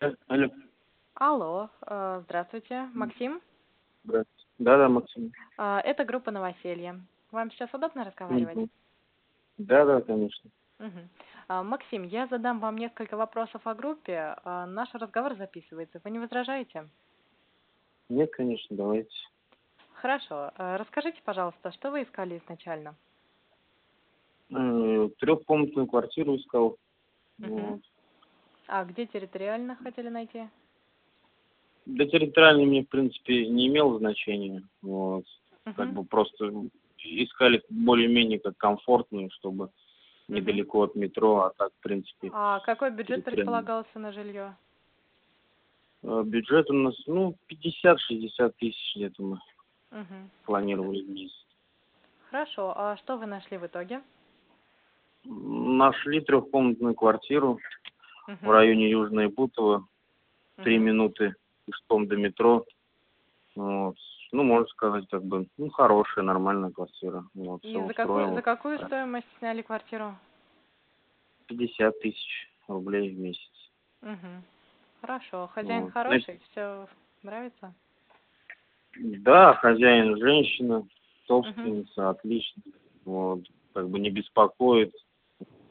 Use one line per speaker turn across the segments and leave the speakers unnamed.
Алло, алло,
Алло, э, здравствуйте, Максим.
здравствуйте. Да-да, Максим.
А, Это группа «Новоселье». Вам сейчас удобно разговаривать?
Мгм. Да-да, конечно.
Мгм. А, Максим, я задам вам несколько вопросов о группе. А, Наш разговор записывается. Вы не возражаете?
Нет, конечно, давайте.
Хорошо. А, Расскажите, пожалуйста, что вы искали изначально?
Трехкомнатную квартиру искал.
Мгм.
Вот.
А где территориально хотели найти?
Для территориальной мне, в принципе, не имело значения. Вот. Как
Мгм.
бы просто искали более-менее как комфортную, чтобы недалеко от метро, а так, в принципе.
А какой бюджет
территориально.
предполагался на жилье?
Э, Бюджет у нас, ну, 50-60 тысяч где-то мы
Мгм.
планировали в месяц.
Хорошо. А что вы нашли в итоге?
М, Нашли трехкомнатную квартиру в
Мгм.
районе Южное Бутово. три
Мгм.
минуты пешком до метро. Вот. Ну, можно сказать, как бы, ну, хорошая, нормальная квартира. Вот,
И
всё
за какую,
устроило.
за какую
Да.
стоимость сняли квартиру?
50 тысяч рублей в месяц.
Угу. Хорошо. Хозяин
Вот.
хороший, все нравится?
Да, хозяин женщина, собственница, отлично. Вот, как бы не беспокоит,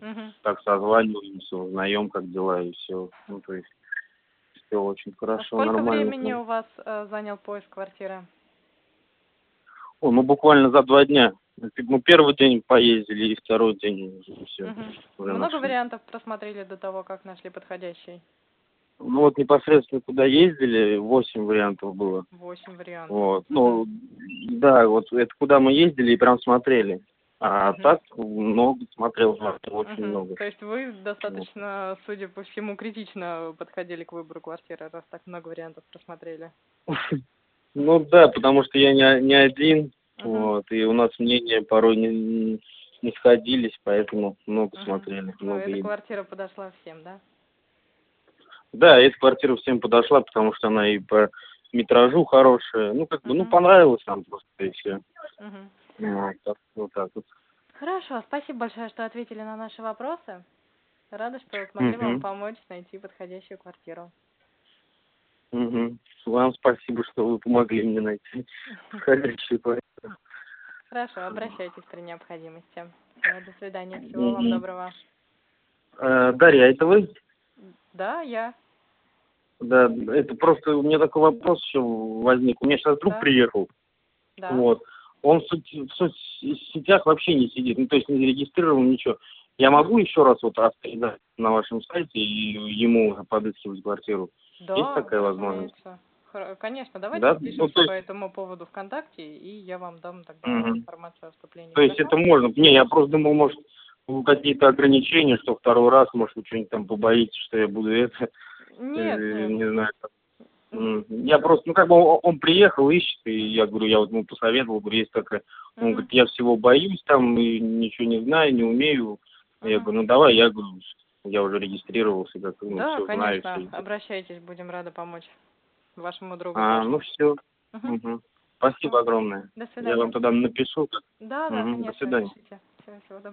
Угу.
так созваниваемся, узнаем, как дела и все. Ну, то есть, все очень хорошо,
А Сколько
нормально.
времени у вас э, занял поиск квартиры?
Ой, мы ну, буквально за два дня. Мы первый день поездили, и второй день уже все.
Мгм. Много вариантов просмотрели до того, как нашли подходящий?
Ну вот непосредственно куда ездили, восемь вариантов было.
Восемь вариантов.
Вот. Ну, да, вот это куда мы ездили и прям смотрели. А
Мгм.
так много смотрел, вариантов, очень
Мгм.
много.
То есть вы достаточно, судя по всему, критично подходили к выбору квартиры, раз так много вариантов просмотрели.
Ну да, потому что я не, о- не один,
Мгм.
вот, и у нас мнения порой не, не сходились, поэтому много
Мгм.
смотрели,
Ну,
много
эта
ездили.
квартира подошла всем, да?
Да, эта квартира всем подошла, потому что она и по метражу хорошая. Ну, как бы, ну,
Мгм.
понравилась нам просто и все.
Мгм.
Вот так, вот так вот.
Хорошо, спасибо большое, что ответили на наши вопросы. Рада, что смогли вам
Мгм.
помочь найти подходящую квартиру.
Мгм. Вам спасибо, что вы помогли мне найти подходящую квартиру.
Хорошо, обращайтесь при необходимости. Э, До свидания, всего вам
Мгм.
доброго.
Э, Дарья, это вы?
Да, я.
Да, это просто у меня такой вопрос еще возник. У меня сейчас друг
Да.
приехал.
Да.
Вот. Он в, соц- в соцсетях вообще не сидит, ну, то есть не зарегистрирован, ничего. Я могу еще раз вот авторизовать на вашем сайте и ему уже подыскивать квартиру?
Да,
Есть такая возможность?
разумеется. Хоро- Конечно, давайте
Да?
спишемся
Ну, то есть-
по этому поводу ВКонтакте, и я вам дам тогда
Мгм.
информацию о вступлении.
То есть
Хорошо?
это можно? Не, я просто думал, может, ну, какие-то ограничения, что второй раз, может, вы что-нибудь там побоитесь, что я буду это,
Нет,
э,
нет.
не знаю, там, М, Я просто, ну как бы он, он приехал, ищет, и я говорю, я вот ему посоветовал, говорю, есть такая. Он
Мгм.
говорит, я всего боюсь там, и ничего не знаю, не умею. Я
Мгм.
говорю, ну давай, я говорю, я уже регистрировался, как ну,
Да,
все знаю.
конечно,
всё».
обращайтесь, будем рады помочь вашему другу.
А,
тоже.
ну все.
Мгм.
Спасибо огромное.
До
Я
свидания.
вам тогда напишу, как
Да, да,
Мгм, до
конечно,
свидания.
пишите. Всего, всего доброго.